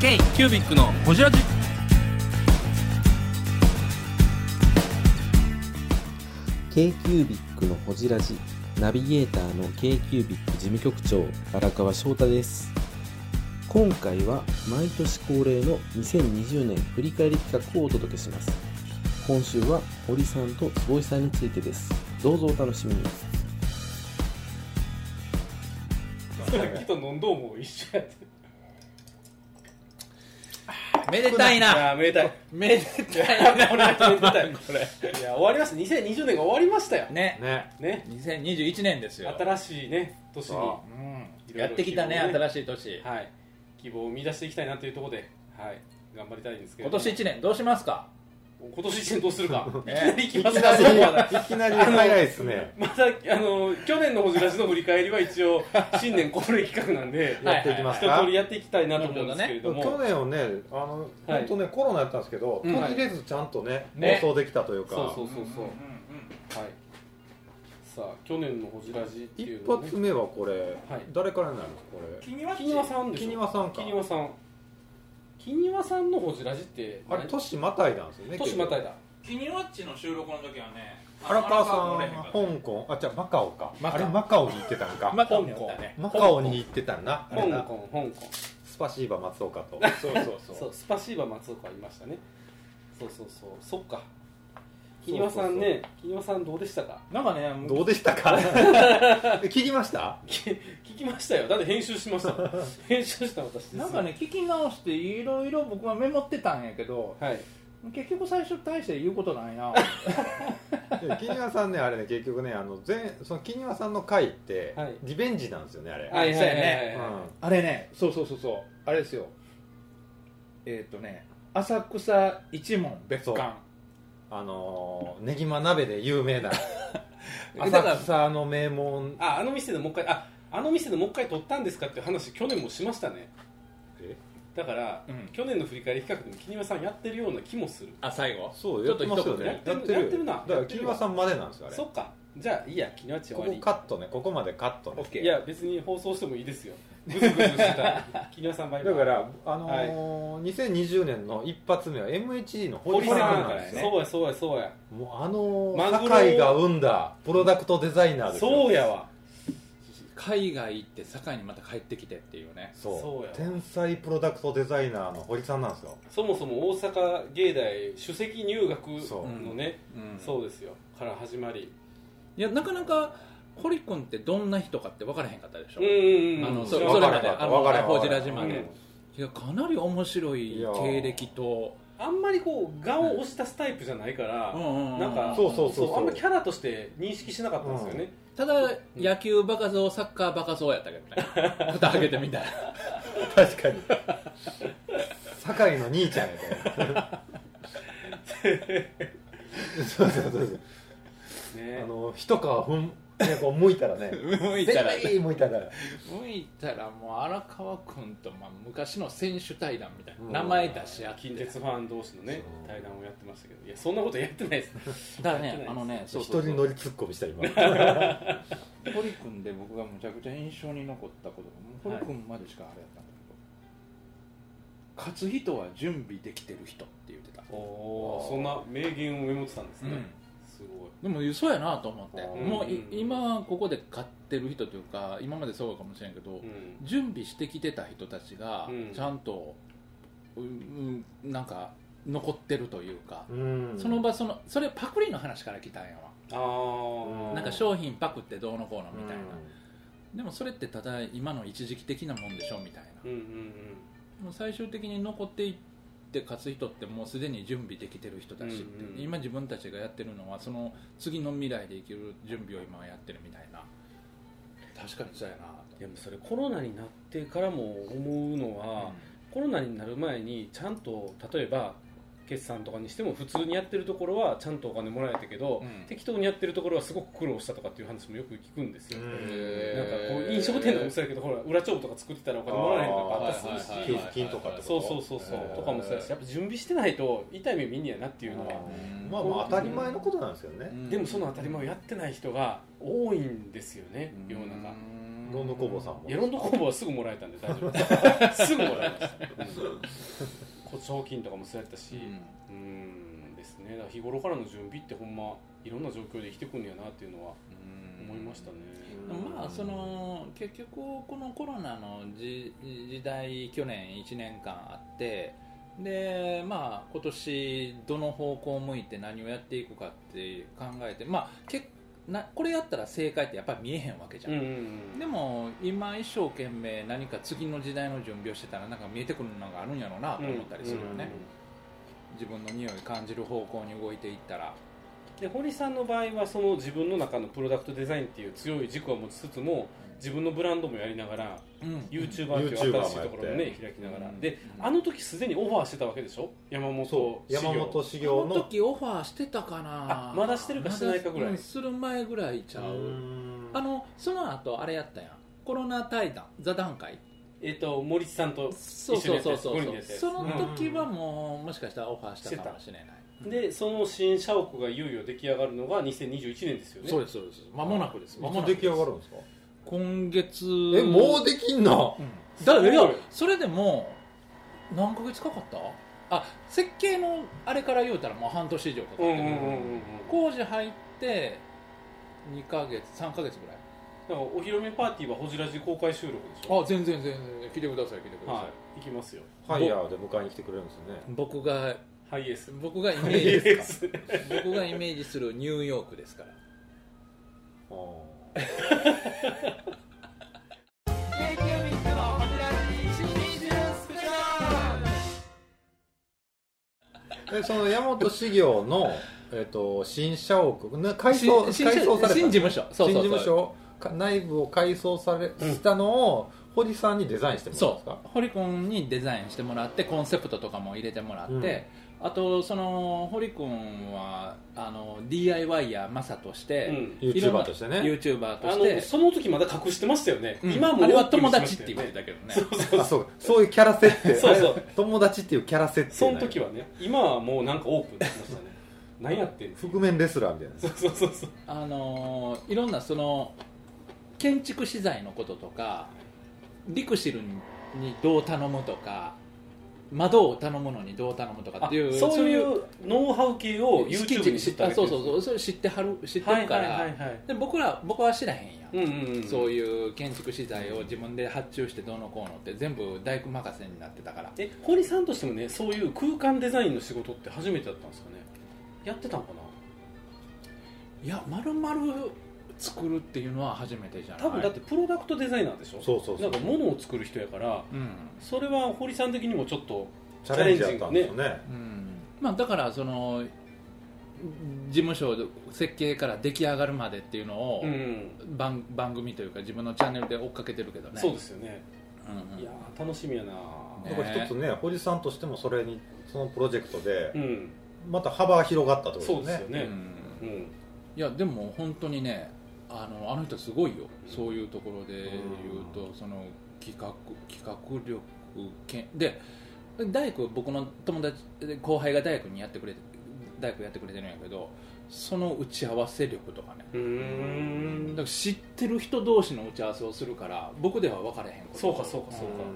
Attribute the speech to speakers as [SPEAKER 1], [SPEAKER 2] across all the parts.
[SPEAKER 1] ケイキュービックのホジラジ
[SPEAKER 2] ケ c キュービックのほじラジナビゲーターの k キュービック事務局長荒川翔太です。今回は毎年恒例の2020年振り返り企画をお届けします。今週は堀さんと坪井さんについてです。どうぞお楽しみに。
[SPEAKER 3] さっきと飲んどうも一緒やった
[SPEAKER 1] めでたい
[SPEAKER 3] い
[SPEAKER 1] な
[SPEAKER 3] やめでたい
[SPEAKER 1] めでたい
[SPEAKER 3] これはめでたいこれいや終わりました2020年が終わりましたよ
[SPEAKER 1] ね
[SPEAKER 4] ね
[SPEAKER 3] ね
[SPEAKER 1] 2021年ですよ、
[SPEAKER 3] 新しいね年に
[SPEAKER 4] そ
[SPEAKER 1] うん、やってきたね
[SPEAKER 3] し
[SPEAKER 1] 新しい年
[SPEAKER 3] いはい希望を生み出していきたいなというところではい頑張りたいんですけど
[SPEAKER 1] 今年1年どうしますか
[SPEAKER 3] 今年1年どうするかいき
[SPEAKER 1] ね
[SPEAKER 3] なり行きます
[SPEAKER 4] いきな
[SPEAKER 3] か
[SPEAKER 4] り
[SPEAKER 3] まだ
[SPEAKER 4] いきなり早いですね
[SPEAKER 3] まだあの去年のほじらしの振り返りは一応新年恒例企画なんで
[SPEAKER 1] はい
[SPEAKER 4] やっていきます
[SPEAKER 3] 一
[SPEAKER 4] か、
[SPEAKER 3] 通りやっていきたいなと思うんですけれども
[SPEAKER 4] 去年はねあの、
[SPEAKER 3] はい
[SPEAKER 4] 本当ねコロナやったんですけど、
[SPEAKER 3] うん
[SPEAKER 4] 途切れずちゃんとね、
[SPEAKER 1] ね
[SPEAKER 4] 放送できたというか
[SPEAKER 3] そうそうそうそうはいさあ去年のほじらしっていう
[SPEAKER 4] 一
[SPEAKER 3] のをね
[SPEAKER 4] 発目はこれ、
[SPEAKER 3] はい
[SPEAKER 4] 誰からになるんですかこれ
[SPEAKER 5] 君は
[SPEAKER 3] キニワさんでし
[SPEAKER 4] キ
[SPEAKER 3] ょ
[SPEAKER 4] ニワさんか
[SPEAKER 3] キニワさんキニワさんのホジラジって
[SPEAKER 4] あれ年またいなんですよね
[SPEAKER 3] 年またい
[SPEAKER 4] だ
[SPEAKER 3] だ
[SPEAKER 5] キニワッチの収録の時はね
[SPEAKER 4] 荒川さん
[SPEAKER 5] 荒川君お
[SPEAKER 4] は香
[SPEAKER 5] れへんから
[SPEAKER 4] 港あじゃあマカオか
[SPEAKER 1] マカオ
[SPEAKER 4] あれマカオに行ってたんか、
[SPEAKER 1] またねね
[SPEAKER 4] マカオに行ってたんなあ
[SPEAKER 3] 香
[SPEAKER 4] れな
[SPEAKER 3] 港香港
[SPEAKER 4] スパシーバ松岡と
[SPEAKER 5] そうそうそ
[SPEAKER 3] そうスパシーバ松岡いましたねそうそうそうそっかキニワさんねキニワさんどうでしたか
[SPEAKER 1] なんかね
[SPEAKER 4] どうでし たか聞きました
[SPEAKER 3] 聞きましたよだって編集しましたもん編集した私です
[SPEAKER 1] なんかね聞き直していろいろ僕はメモってたんやけど
[SPEAKER 3] はい
[SPEAKER 1] 結局最初大して言うことないな
[SPEAKER 4] でキニワさんねあれね結局ねあの前そのキニワさんの回って、
[SPEAKER 3] はい
[SPEAKER 4] リベンジなんですよねあれ、
[SPEAKER 3] はいはいはいはい
[SPEAKER 4] うん
[SPEAKER 1] あれねそうそうそうそうあれですよえっ、とね浅草一門別館
[SPEAKER 4] あのー、ねぎま鍋で 有名な
[SPEAKER 1] だから
[SPEAKER 4] 浅草の名門
[SPEAKER 3] ああの店でもう一回ああの店でもう一回撮ったんですかっていう話去年もしましたね
[SPEAKER 4] え
[SPEAKER 3] だから、
[SPEAKER 1] うん
[SPEAKER 3] 去年の振り返り企画でもキニワさんやってるような気もする
[SPEAKER 1] あ最後
[SPEAKER 4] そう
[SPEAKER 1] ちょ
[SPEAKER 4] や
[SPEAKER 1] っ
[SPEAKER 4] っ
[SPEAKER 1] と
[SPEAKER 4] て
[SPEAKER 1] 一
[SPEAKER 4] ますよ
[SPEAKER 1] 言
[SPEAKER 4] ね
[SPEAKER 3] やってるやってるな
[SPEAKER 4] だからキニワさんまでなんですよあれ
[SPEAKER 3] そっかじゃあいいやキニワッチ終
[SPEAKER 4] こ
[SPEAKER 3] わり
[SPEAKER 4] こカットねここまでカットね
[SPEAKER 1] OK
[SPEAKER 3] いや別に放送してもいいです よブズブズしてたら木庭さんバイバ
[SPEAKER 4] だ
[SPEAKER 3] イ
[SPEAKER 4] から、あのー2020年の一発目は MHD の
[SPEAKER 3] 堀さ
[SPEAKER 4] 堀さ
[SPEAKER 3] んだ
[SPEAKER 4] んな
[SPEAKER 3] か
[SPEAKER 4] ん
[SPEAKER 3] ら
[SPEAKER 4] です
[SPEAKER 3] ね
[SPEAKER 4] よ
[SPEAKER 3] そうやそうやそうや
[SPEAKER 4] もうあの
[SPEAKER 3] マグロ
[SPEAKER 4] ー、堺が生んだプロダクトデザイナーですよ
[SPEAKER 3] そうやわ
[SPEAKER 1] 海外行って堺にまた帰ってきてっていうね
[SPEAKER 4] そう
[SPEAKER 3] そうや
[SPEAKER 4] 天才プロダクトデザイナーの堀さんなんですよ
[SPEAKER 3] そもそも大阪芸大首席入学
[SPEAKER 4] そう
[SPEAKER 3] のね
[SPEAKER 1] うん
[SPEAKER 3] そうですよから始まり
[SPEAKER 1] いやなかなか堀君ってどんな人かって分からへんかったでしょ、
[SPEAKER 3] うんうんうん
[SPEAKER 1] あの
[SPEAKER 3] そ
[SPEAKER 1] そうれ
[SPEAKER 4] わ
[SPEAKER 1] それ
[SPEAKER 4] か
[SPEAKER 1] ま
[SPEAKER 4] ら
[SPEAKER 1] で
[SPEAKER 4] なかった
[SPEAKER 1] あの
[SPEAKER 4] わからなか
[SPEAKER 1] ホ
[SPEAKER 4] った
[SPEAKER 1] ジラ島で、
[SPEAKER 3] うん
[SPEAKER 1] いやかなり面白い
[SPEAKER 4] いや
[SPEAKER 1] 経
[SPEAKER 4] ー
[SPEAKER 1] 歴と
[SPEAKER 3] あんまりこう顔を押し出すタイプじゃないから
[SPEAKER 1] うんうんうん
[SPEAKER 3] なんか
[SPEAKER 4] そうそうそうそう
[SPEAKER 3] あんまキャラとして認識しなかったんですよね
[SPEAKER 1] ただ野球バカそうサッカーバカそうやったけど ね蓋開けてみたら
[SPEAKER 4] 確かに酒井の兄ちゃんやでそうそうそうそうあ
[SPEAKER 3] ね
[SPEAKER 4] の一皮ふん、ね、こう向いたらね
[SPEAKER 1] 向い
[SPEAKER 4] 全
[SPEAKER 1] たら
[SPEAKER 4] 部いい向いたら
[SPEAKER 1] 向いたらもう荒川君とまあ昔の選手対談みたい
[SPEAKER 4] うん
[SPEAKER 1] な名前出し合って
[SPEAKER 3] 近鉄ファン同士のね
[SPEAKER 4] そう
[SPEAKER 3] 対談をやってましたけどいやそんなことやってないです
[SPEAKER 1] だからねあのねそう
[SPEAKER 4] 一
[SPEAKER 1] そう
[SPEAKER 4] 人
[SPEAKER 1] そう
[SPEAKER 4] 乗りツッコミした今あ
[SPEAKER 1] 堀君で僕がむちゃくちゃ印象に残ったことがもう堀君までしかあれやったんだけど、勝つ人は準備できてる人って言ってた、
[SPEAKER 3] おおーそんな名言をメモってたんですねすごい
[SPEAKER 1] でも嘘やなと思って、
[SPEAKER 4] うん
[SPEAKER 1] もうい今ここで勝ってる人というか今までそうかもしれんけど、
[SPEAKER 3] うん
[SPEAKER 1] 準備してきてた人たちが
[SPEAKER 3] うん
[SPEAKER 1] ちゃんと、うんうんなんか残ってるというか、
[SPEAKER 4] うん
[SPEAKER 1] その場そのそれパクリの話から来たんやわ、
[SPEAKER 3] あー
[SPEAKER 4] うん
[SPEAKER 1] なんか商品パクってどうのこうのみたいな、
[SPEAKER 4] う
[SPEAKER 1] でもそれってただ今の一時期的なもんでしょみたいな、
[SPEAKER 3] うんうんうん
[SPEAKER 1] もう最終的に残っていって勝つ人ってもうすでに準備できてる人だし、
[SPEAKER 3] うんうん
[SPEAKER 1] 今自分たちがやってるのはその次の未来で生きる準備を今やってるみたいな確かにそうやなと
[SPEAKER 3] でもそれコロナになってからも思うのは、コロナになる前にちゃんと例えば決算とかにしても普通にやってるところはちゃんとお金もらえたけど、
[SPEAKER 1] うん
[SPEAKER 3] 適当にやってるところはすごく苦労したとかっていう話もよく聞くんですよ、
[SPEAKER 4] ん
[SPEAKER 1] へ
[SPEAKER 3] なんか
[SPEAKER 1] ー
[SPEAKER 3] こう飲食店とかもそうやけどほら裏帳簿とか作ってたらお金もらえへんとかあったりす
[SPEAKER 1] あーはい
[SPEAKER 3] る
[SPEAKER 1] はい
[SPEAKER 3] し
[SPEAKER 4] 給付金とかってこと
[SPEAKER 3] そうそうそうそう
[SPEAKER 4] へー
[SPEAKER 3] とかもそうやしやっぱ準備してないと痛い目見んねやなっていうのは
[SPEAKER 4] まあまあ当たり前のことなんですよね、
[SPEAKER 3] でもその当たり前をやってない人が多いんですよね世の
[SPEAKER 1] う
[SPEAKER 3] 中
[SPEAKER 1] ん
[SPEAKER 4] どんどん工房さんも
[SPEAKER 3] エロンド工房はすぐもらえたんで大丈夫 ですすぐもらえました、うんこ賞金とかもそうやったし、うーんですねだから日頃からの準備ってほんまいろんな状況で生きてくんのやなっていうのは思いましたね、
[SPEAKER 4] うん
[SPEAKER 1] まあその結局このコロナの時時代去年1年間あってでまあ今年どの方向を向いて何をやっていくかって考えてまあけなこれやったら正解ってやっぱり見えへんわけじゃ
[SPEAKER 3] うん
[SPEAKER 1] ん、
[SPEAKER 3] うんうん
[SPEAKER 1] でも今一生懸命何か次の時代の準備をしてたらなんか見えてくるのがあるんやろうなと思ったりするよね、
[SPEAKER 3] うんうん
[SPEAKER 1] 自分の匂い感じる方向に動いていったら
[SPEAKER 3] で堀さんの場合はその自分の中のプロダクトデザインっていう強い軸を持ちつつも自分のブランドもやりながら
[SPEAKER 1] うん、
[SPEAKER 3] YouTuber っていう新しいところもね開きながら
[SPEAKER 1] うん
[SPEAKER 3] であの時すでにオファーしてたわけでしょ山本
[SPEAKER 4] そう
[SPEAKER 3] 修行
[SPEAKER 4] 山本修
[SPEAKER 1] そ
[SPEAKER 4] 行
[SPEAKER 1] の
[SPEAKER 4] の
[SPEAKER 1] 時オファーしてたかな
[SPEAKER 3] あまだしてるかしてないかぐら
[SPEAKER 1] まだ
[SPEAKER 3] い
[SPEAKER 1] うんする前ぐらいちゃう、あのその後あれやったやんコロナ対談座談会
[SPEAKER 3] えっと森さんと
[SPEAKER 1] そうそうそうそ
[SPEAKER 3] 一緒
[SPEAKER 1] う
[SPEAKER 3] にやったやつ
[SPEAKER 1] その時はもうもしかしたらオファーしたかもしれない
[SPEAKER 3] でその新社屋がいよいよ出来上がるのが2021年ですよね
[SPEAKER 1] そうですそうです間もなくです間も
[SPEAKER 4] も
[SPEAKER 1] な
[SPEAKER 4] う
[SPEAKER 1] くで
[SPEAKER 4] 出
[SPEAKER 1] す
[SPEAKER 4] 来上がるんですか
[SPEAKER 1] 今月
[SPEAKER 4] えもうできんの
[SPEAKER 1] うんだからい
[SPEAKER 3] すごい
[SPEAKER 1] やそれでも何ヶ月かかったあ設計のあれから言うたらもう半年以上かかって
[SPEAKER 3] うん
[SPEAKER 1] る、
[SPEAKER 3] うんうんうんうん
[SPEAKER 1] 工事入って2ヶ月3ヶ月ぐらい
[SPEAKER 3] だからお披露目パーティーはホジラジ公開収録でしょ
[SPEAKER 1] あ全然全然聞いてください聞いてください、
[SPEAKER 3] はい行きますよ
[SPEAKER 4] ファイヤーで迎えに来てくれるんですよね
[SPEAKER 1] 僕が
[SPEAKER 3] ハイエース
[SPEAKER 1] 僕がイメ
[SPEAKER 3] ハ
[SPEAKER 1] ージ
[SPEAKER 3] イエ
[SPEAKER 1] で
[SPEAKER 3] ー
[SPEAKER 1] す
[SPEAKER 3] ス
[SPEAKER 1] か僕 がイメージするニューヨークですから
[SPEAKER 4] あーでその大和修行の、えっと新社屋な改装改装
[SPEAKER 1] 新
[SPEAKER 4] された
[SPEAKER 1] 新事務所そうそうそう
[SPEAKER 4] 新事務所か内部を改装されしたのを、堀さんにデザインしてもらうんです
[SPEAKER 1] そ
[SPEAKER 4] か
[SPEAKER 1] う堀君にデザインしてもらってコンセプトとかも入れてもらって、あとその堀君はあの DIY やマサとして、
[SPEAKER 3] うん
[SPEAKER 1] いろんな
[SPEAKER 4] YouTuber としてね
[SPEAKER 1] YouTuber と
[SPEAKER 3] あ
[SPEAKER 1] して
[SPEAKER 3] のその時まだ隠してましたよね、
[SPEAKER 1] うん
[SPEAKER 3] 今はもう
[SPEAKER 1] あれは友達って言っ
[SPEAKER 3] 言
[SPEAKER 1] てたけどね
[SPEAKER 4] あそうそういうキャラ設定
[SPEAKER 3] そうそう
[SPEAKER 4] あれ友達っていうキャラ設定
[SPEAKER 3] その時
[SPEAKER 4] は
[SPEAKER 3] はね今はもうなんかオープンしてましたね何やってんの
[SPEAKER 4] 覆面レスラーみたいな
[SPEAKER 3] そうそうそうそう
[SPEAKER 1] あのーいろんなその建築資材のこととかリクシルにどう頼むとか窓を頼むのにどう頼むとかっていう
[SPEAKER 3] あそういうノウハウ系を
[SPEAKER 1] 敷
[SPEAKER 3] YouTube
[SPEAKER 1] 地
[SPEAKER 3] に知った
[SPEAKER 1] あ
[SPEAKER 3] わ
[SPEAKER 1] そ
[SPEAKER 3] けで
[SPEAKER 1] う
[SPEAKER 3] す
[SPEAKER 1] そうそうそれ知ってはる知って
[SPEAKER 3] は
[SPEAKER 1] る
[SPEAKER 3] い
[SPEAKER 1] か
[SPEAKER 3] はい
[SPEAKER 1] ら、
[SPEAKER 3] はいはい
[SPEAKER 1] で僕ら僕は知らへんやん、
[SPEAKER 3] うんうんうん
[SPEAKER 1] そういう建築資材を自分で発注してどうのこうのって全部大工任せになってたから
[SPEAKER 3] え堀さんとしてもねそういう空間デザインの仕事って初めてだったんですかねやってたのかない
[SPEAKER 1] や丸々作るっていうのは初めてじゃない
[SPEAKER 3] 多分だってプロダクトデザイナーでしょ
[SPEAKER 4] そうそうそう
[SPEAKER 3] なんか物を作る人やから
[SPEAKER 1] うん
[SPEAKER 3] それは堀さん的にもちょっと
[SPEAKER 4] チャレンジだったんですよね
[SPEAKER 1] うんまあ、だからその事務所設計から出来上がるまでっていうのを、
[SPEAKER 3] うん
[SPEAKER 1] 番番組というか自分のチャンネルで追っかけてるけどね
[SPEAKER 3] そうですよね
[SPEAKER 1] うんうん
[SPEAKER 3] いやー楽しみやな
[SPEAKER 1] ね
[SPEAKER 4] だから一つね堀さんとしてもそれにそのプロジェクトで、
[SPEAKER 3] うん
[SPEAKER 4] また幅が広がったってこと
[SPEAKER 3] そ
[SPEAKER 4] で
[SPEAKER 3] うです
[SPEAKER 4] すね
[SPEAKER 3] よね
[SPEAKER 1] うん
[SPEAKER 3] うん
[SPEAKER 1] いやでも本当にねあのあの人すごいよそういうところで言うと、その企画企画力けんで大工僕の友達後輩が大工にやってくれて大工やってくれてるんやけどその打ち合わせ力とかね
[SPEAKER 3] うー
[SPEAKER 1] だ
[SPEAKER 3] ん
[SPEAKER 1] から知ってる人同士の打ち合わせをするから僕では分かれへんこと
[SPEAKER 3] そうかそうかそうかうーん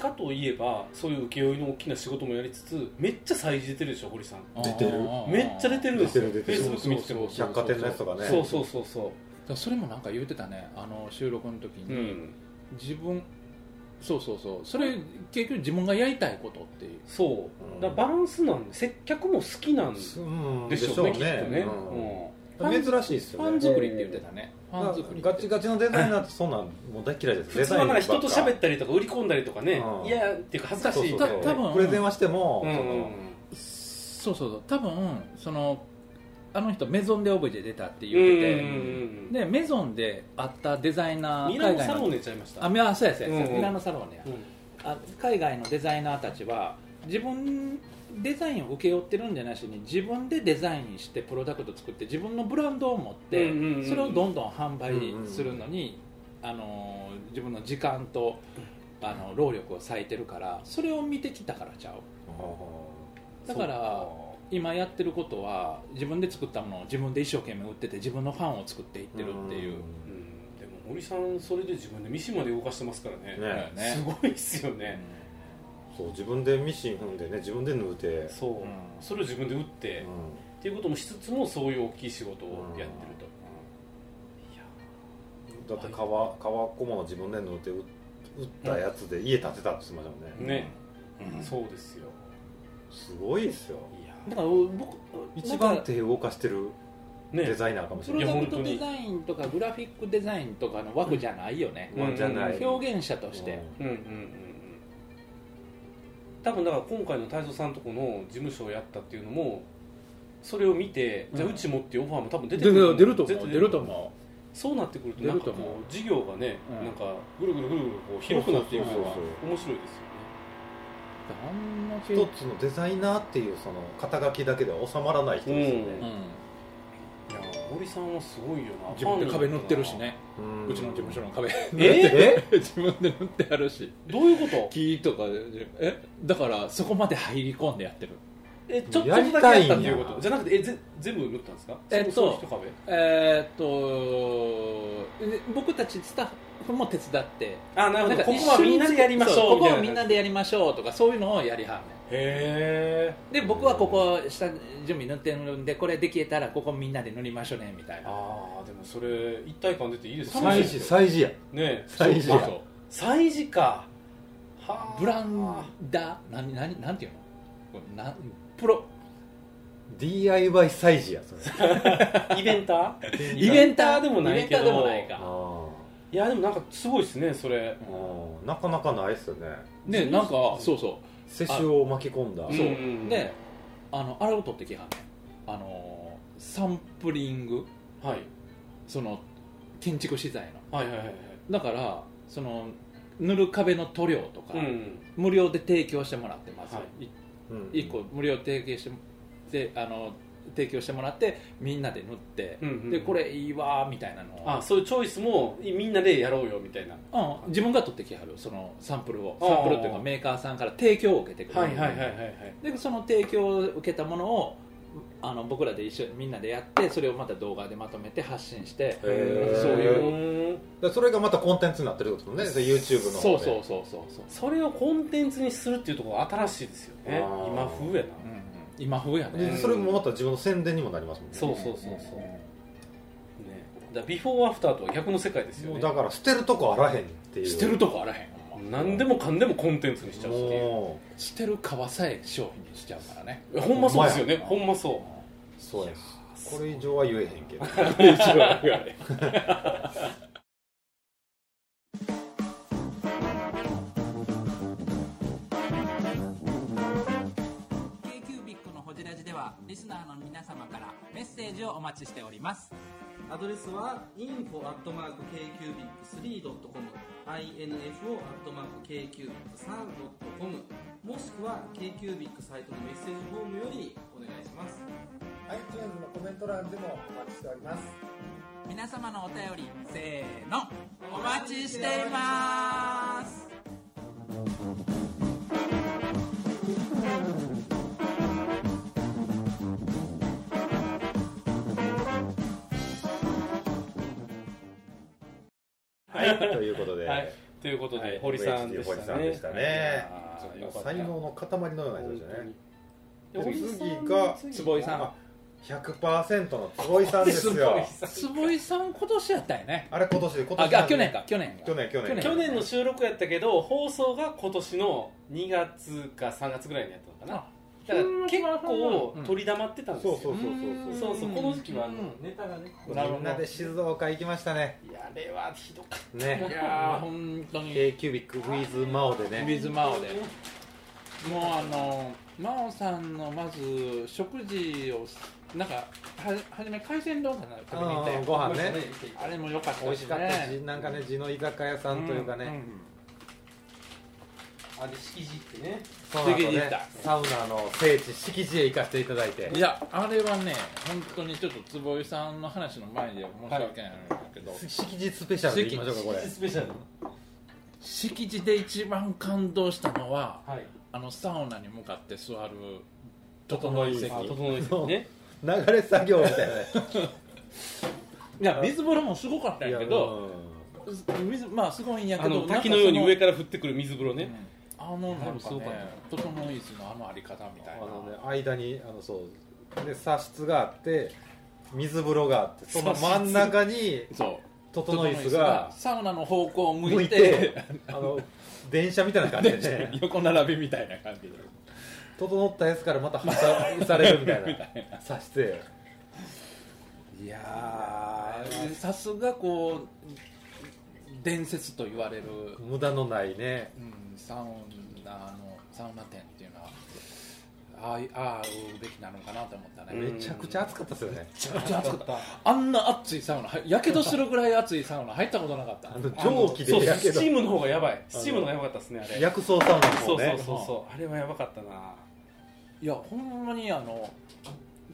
[SPEAKER 3] かといえばそういう請負の大きな仕事もやりつつめっちゃ催事出てるでしょ堀さん
[SPEAKER 1] うん
[SPEAKER 4] 出てる
[SPEAKER 3] めっちゃ出てるんですよ
[SPEAKER 4] 出てる出てる
[SPEAKER 3] Facebook 見てても
[SPEAKER 1] そう
[SPEAKER 4] 百貨店のやつとかね
[SPEAKER 3] そうそうそうそ
[SPEAKER 1] だからそれもなんか言うてたねあの収録の時
[SPEAKER 3] う
[SPEAKER 1] に、
[SPEAKER 3] うん
[SPEAKER 1] 自分そうそうそうそれ結局自分がやりたいことっていう
[SPEAKER 3] そうだからバランスなんで接客も好きなんでし
[SPEAKER 4] うん
[SPEAKER 3] ょうねきっとね
[SPEAKER 4] うん
[SPEAKER 1] とね
[SPEAKER 4] 珍しいです
[SPEAKER 1] フ
[SPEAKER 4] よ
[SPEAKER 1] ァ
[SPEAKER 4] ね
[SPEAKER 1] ン作りって言ってたねファン作りって
[SPEAKER 4] ガチガチのデザイナーってそんなんもう大嫌いじゃないです
[SPEAKER 3] 普通はなんか人と喋
[SPEAKER 4] て
[SPEAKER 3] ったりとか売り込んだりとかね
[SPEAKER 4] うん
[SPEAKER 3] いやっていうか恥ずかしい
[SPEAKER 1] そうそうそうた多分
[SPEAKER 4] プレゼンはしても、
[SPEAKER 3] うんうん
[SPEAKER 4] そ
[SPEAKER 3] うん
[SPEAKER 4] の
[SPEAKER 1] そうそうそう多分そのあの人メゾンでオブジェ出たって
[SPEAKER 3] うん
[SPEAKER 1] 言ってて、
[SPEAKER 3] うん
[SPEAKER 1] でメゾンで会ったデザイナー
[SPEAKER 3] ミラノ
[SPEAKER 1] 海
[SPEAKER 3] サ
[SPEAKER 1] 外
[SPEAKER 3] ロ
[SPEAKER 1] の
[SPEAKER 3] ン寝ちゃいました
[SPEAKER 1] あミラそうやそうや、そうや
[SPEAKER 3] うんうん
[SPEAKER 1] ミラノサロンねや、
[SPEAKER 3] うん
[SPEAKER 1] あ海外のデザイナーたちは自分デザインを請け負ってるんじゃなしに自分でデザインしてプロダクト作って自分のブランドを持って
[SPEAKER 3] うんうんうん
[SPEAKER 1] それをどんどん販売するのに、あのー自分の時間とあの労力を割いてるからそれを見てきたからちゃうだから今やってることは自分で作ったものを自分で一生懸命売ってて自分のファンを作っていってるっていう、
[SPEAKER 3] うんでも森さんそれで自分でミシンまで動かしてますからね
[SPEAKER 4] ね
[SPEAKER 6] ね
[SPEAKER 3] すごいっすよね、
[SPEAKER 4] そう自分でミシン踏んでね自分で縫うて
[SPEAKER 3] そう、
[SPEAKER 6] うん
[SPEAKER 3] それを自分で打って、
[SPEAKER 4] う
[SPEAKER 3] っていうこともしつつもそういう大きい仕事をやってると、いや
[SPEAKER 4] んだって革革小物自分で縫うてう打ったやつで家建てたって言ってましたもんね
[SPEAKER 3] ね、
[SPEAKER 6] うん
[SPEAKER 3] そうですよ
[SPEAKER 4] すごいですよ
[SPEAKER 3] いや
[SPEAKER 1] だから僕
[SPEAKER 4] 一番
[SPEAKER 1] なんか
[SPEAKER 4] 手動かしてるデ
[SPEAKER 3] ね
[SPEAKER 4] ザイナーかもし
[SPEAKER 1] プ
[SPEAKER 4] れ
[SPEAKER 1] ロ
[SPEAKER 4] な
[SPEAKER 1] ダ
[SPEAKER 4] い
[SPEAKER 3] い
[SPEAKER 1] ク
[SPEAKER 3] や
[SPEAKER 1] ト
[SPEAKER 3] 本当
[SPEAKER 1] デ
[SPEAKER 3] に
[SPEAKER 1] ザインとかグラフィックデザインとかの枠じゃないよね、
[SPEAKER 3] うん
[SPEAKER 4] じゃない
[SPEAKER 1] 表現者として、
[SPEAKER 3] うんうんうんうん多分だから今回の太蔵さんとこの事務所をやったっていうのもそれを見て、じゃあ
[SPEAKER 1] うん
[SPEAKER 3] うちもっていうオファーも多分出て
[SPEAKER 1] 出
[SPEAKER 3] く
[SPEAKER 1] る
[SPEAKER 3] る
[SPEAKER 1] 出ると思
[SPEAKER 3] 絶
[SPEAKER 1] う
[SPEAKER 3] 対
[SPEAKER 1] 出ると思
[SPEAKER 3] そうなってくると
[SPEAKER 1] 出
[SPEAKER 3] な
[SPEAKER 1] る
[SPEAKER 3] んか
[SPEAKER 1] と
[SPEAKER 3] こ
[SPEAKER 1] 思う
[SPEAKER 3] う事業がね、
[SPEAKER 1] うん
[SPEAKER 3] なんかぐるぐるぐるぐるこう広くなっていくのが
[SPEAKER 4] そうそう
[SPEAKER 3] 面白いです
[SPEAKER 1] うあんな
[SPEAKER 4] 一つのデザイナーっていうその肩書きだけでは収まらない人ですよ
[SPEAKER 1] う
[SPEAKER 4] ね、
[SPEAKER 1] ん
[SPEAKER 3] よねいや森さんはすごいよな
[SPEAKER 1] 自分で壁塗ってるしね
[SPEAKER 4] うん
[SPEAKER 1] うちの事務所の壁
[SPEAKER 3] え
[SPEAKER 4] え
[SPEAKER 1] 自分で塗ってあるし
[SPEAKER 3] どういうこと
[SPEAKER 1] 木とかでえだからそこまで入り込んでやってる
[SPEAKER 3] えちょっと
[SPEAKER 4] や
[SPEAKER 3] だ
[SPEAKER 4] り
[SPEAKER 3] け
[SPEAKER 4] た
[SPEAKER 3] や
[SPEAKER 4] い
[SPEAKER 3] っ
[SPEAKER 4] んや
[SPEAKER 3] たっていうことじゃなくてえぜ全部塗ったんですか
[SPEAKER 1] えっと
[SPEAKER 3] そのその一壁
[SPEAKER 1] えーっとで僕たちスタッフも手伝って
[SPEAKER 3] あなる
[SPEAKER 1] な
[SPEAKER 3] ほ
[SPEAKER 1] ん
[SPEAKER 3] ど
[SPEAKER 1] か
[SPEAKER 3] ここはみんなでやりましょう
[SPEAKER 1] そこ
[SPEAKER 3] みたい
[SPEAKER 1] はみんなでやりましょうとかそういうのをやりはんねん
[SPEAKER 3] へえ
[SPEAKER 1] で僕はここ下準備塗ってるんでこれできたらここみんなで塗りましょうねみたいな
[SPEAKER 3] ああでもそれ一体感出ていいです
[SPEAKER 4] 祭事祭事や
[SPEAKER 3] ね
[SPEAKER 4] 祭事や
[SPEAKER 1] そう
[SPEAKER 3] 祭事かはあ
[SPEAKER 1] ブランダー何何なんていうのこれなんプロ
[SPEAKER 4] DIY 祭事や それ
[SPEAKER 3] イベンター
[SPEAKER 1] イベンタ
[SPEAKER 3] イベンター
[SPEAKER 1] ー
[SPEAKER 3] でもないけど
[SPEAKER 1] イベンターでもない
[SPEAKER 4] あ
[SPEAKER 1] か
[SPEAKER 3] いやでもなんかすごいですねそれ
[SPEAKER 4] ーうんなかなかないですよね
[SPEAKER 1] ねなんかそうそ
[SPEAKER 4] 世襲を巻き込んだ
[SPEAKER 1] う
[SPEAKER 3] うん
[SPEAKER 1] そうであのあれを取ってきはんねんあのーサンプリング
[SPEAKER 3] はい
[SPEAKER 1] その建築資材の
[SPEAKER 3] はいはいはいはい
[SPEAKER 1] だからその塗る壁の塗料とか、
[SPEAKER 3] うん
[SPEAKER 1] 無料で提供してもらってます、
[SPEAKER 3] はい
[SPEAKER 4] うん
[SPEAKER 1] 一個無料提供してであの提供してもらってみんなで塗って、
[SPEAKER 3] うんうん
[SPEAKER 1] でこれいいわーみたいなのを
[SPEAKER 3] あそういうチョイスもみんなでやろうよみたいな
[SPEAKER 1] うん、自分が取ってきはるそのサンプルを
[SPEAKER 3] あー
[SPEAKER 1] サンプルっていうかメーカーさんから提供を受けてくる、
[SPEAKER 3] はいはいはいはいはい
[SPEAKER 1] でその提供を受けたものをあの僕らで一緒にみんなでやってそれをまた動画でまとめて発信して
[SPEAKER 4] へー
[SPEAKER 1] そういう
[SPEAKER 3] いう
[SPEAKER 4] でそれがまたコンテンツになってるってことねで YouTube の
[SPEAKER 1] そうそううそうそうそう、
[SPEAKER 3] それをコンテンツにするっていうところが新しいですよね
[SPEAKER 4] あー
[SPEAKER 3] 今風
[SPEAKER 1] うん
[SPEAKER 3] やな
[SPEAKER 1] うん今風やね
[SPEAKER 4] でそれもまた自分の宣伝にもなりますもんね
[SPEAKER 3] そうそうそうそうねだからビフォーアフターとは逆の世界ですよ
[SPEAKER 4] もう
[SPEAKER 3] ね
[SPEAKER 4] だから捨てるとこあらへんっていう
[SPEAKER 1] してるとこあらへんほんま
[SPEAKER 3] 何でもかんでもコンテンツにしちゃうっていう
[SPEAKER 4] も
[SPEAKER 1] してる革さえ商品にしちゃうからね
[SPEAKER 3] えほんまそうですよねほ
[SPEAKER 1] ほ
[SPEAKER 3] んまそう
[SPEAKER 4] そうやこれ以上は言えへんけど
[SPEAKER 3] う
[SPEAKER 7] k q b i c のほじラジではリスナーの皆様からメッセージをお待ちしております
[SPEAKER 8] アドレスは info.kcubic3.com info.kcubic3.com もしくは KQBIC サイトのメッセージフォームよりお願いします
[SPEAKER 4] iTunes のコメント欄でもお待ちしております
[SPEAKER 7] 皆様のお便りせーのお待ちしています
[SPEAKER 4] はい ということで、
[SPEAKER 3] はいということ
[SPEAKER 4] はい
[SPEAKER 3] で堀さんでしたね
[SPEAKER 4] 堀さんでしたね
[SPEAKER 3] いやーよかった
[SPEAKER 4] 才能の塊のような人でしたね
[SPEAKER 3] 本当に
[SPEAKER 4] 次
[SPEAKER 3] で
[SPEAKER 4] が
[SPEAKER 1] 坪井さん
[SPEAKER 4] あ100%の坪井さんですよ
[SPEAKER 1] 坪井さん今年やったよね
[SPEAKER 4] あれ今年で今
[SPEAKER 1] あ
[SPEAKER 4] 年なん
[SPEAKER 1] あ
[SPEAKER 4] で
[SPEAKER 1] 去年か去年か
[SPEAKER 4] 去年去年
[SPEAKER 1] 去年
[SPEAKER 3] 去年の収録やったけど放送が今年の2月か3月ぐらいにやったのかなだから結構
[SPEAKER 1] うん
[SPEAKER 3] 取り黙ってたんです
[SPEAKER 4] そ
[SPEAKER 3] よ
[SPEAKER 4] うそうそうそうそ
[SPEAKER 3] そ
[SPEAKER 4] う
[SPEAKER 3] うそうこの時期はあの
[SPEAKER 1] うん
[SPEAKER 3] ネタがね
[SPEAKER 4] みんなで静岡行きましたね
[SPEAKER 3] いやあれはひどかっ
[SPEAKER 1] い
[SPEAKER 4] ね
[SPEAKER 1] やー本当に
[SPEAKER 4] k キュービック w i t h マオで
[SPEAKER 1] ウ
[SPEAKER 4] ね
[SPEAKER 1] ィズマオでもうあのマオさんのまず食事をなんかははじめ海鮮丼かな食べに行った
[SPEAKER 4] う
[SPEAKER 1] よ
[SPEAKER 4] んご飯ね
[SPEAKER 1] あれも良かったしね
[SPEAKER 4] 美味しかったしなんかね地の居酒屋さんというかね
[SPEAKER 3] たあれ敷地ってね
[SPEAKER 4] その後
[SPEAKER 1] 素敵でし
[SPEAKER 4] ね
[SPEAKER 1] た
[SPEAKER 4] サウナの聖地敷地へ行かせていただいて
[SPEAKER 1] いやあれはね本当にちょっと坪井さんの話の前で申し訳ないんだけど、
[SPEAKER 4] 敷地スペシャルでいきましょうかこれ
[SPEAKER 3] スペシャル
[SPEAKER 1] 敷地で一番感動したのは
[SPEAKER 3] はい
[SPEAKER 1] あのサウナに向かって座る整い席
[SPEAKER 3] あ整い席ね
[SPEAKER 4] 流れ作業みたいなね
[SPEAKER 1] いや水風呂もすごかったんやけど
[SPEAKER 4] うん
[SPEAKER 1] 水まあすごいんや
[SPEAKER 3] あ
[SPEAKER 1] けど
[SPEAKER 3] の滝のように上
[SPEAKER 1] か
[SPEAKER 3] から降ってくる水風呂
[SPEAKER 1] ら
[SPEAKER 3] ね、
[SPEAKER 1] あのなん
[SPEAKER 3] す
[SPEAKER 1] か
[SPEAKER 3] ご
[SPEAKER 1] ね
[SPEAKER 3] かった
[SPEAKER 1] 整い椅子のあのあり方みた
[SPEAKER 4] あ
[SPEAKER 1] いな
[SPEAKER 4] のね間にあのそうで茶室があって水風呂があってその真ん中に
[SPEAKER 1] そう
[SPEAKER 4] 整い椅子が
[SPEAKER 1] サウナの方向を向
[SPEAKER 4] 向
[SPEAKER 1] い
[SPEAKER 4] い
[SPEAKER 1] て
[SPEAKER 4] てあの電車みたいな感じでね
[SPEAKER 1] 横並びみたいな感じで
[SPEAKER 4] 整ったやつからまた挟されるみ たいなさして
[SPEAKER 1] いやーさすがこう伝説と言われる、
[SPEAKER 4] 無駄のないね
[SPEAKER 1] うん、サウナのサウナ店っていうのはああいああうべきなのかなと思ったね、
[SPEAKER 3] うん
[SPEAKER 1] め
[SPEAKER 4] めちゃくちゃ暑かったですよね
[SPEAKER 1] ちゃくちゃ暑かったあんな暑いサウナやけどするぐらい暑いサウナ入ったことなかった
[SPEAKER 4] あの蒸気
[SPEAKER 3] そう
[SPEAKER 4] でやけ
[SPEAKER 3] ス
[SPEAKER 4] ど
[SPEAKER 3] チームの方がやばいスチームの方がやばかったですねあれ
[SPEAKER 4] 薬草サウナ
[SPEAKER 3] そ
[SPEAKER 4] の
[SPEAKER 3] う
[SPEAKER 4] 方
[SPEAKER 3] そう
[SPEAKER 4] ね
[SPEAKER 3] そうそうあれはやばかったない
[SPEAKER 1] やほんまにあの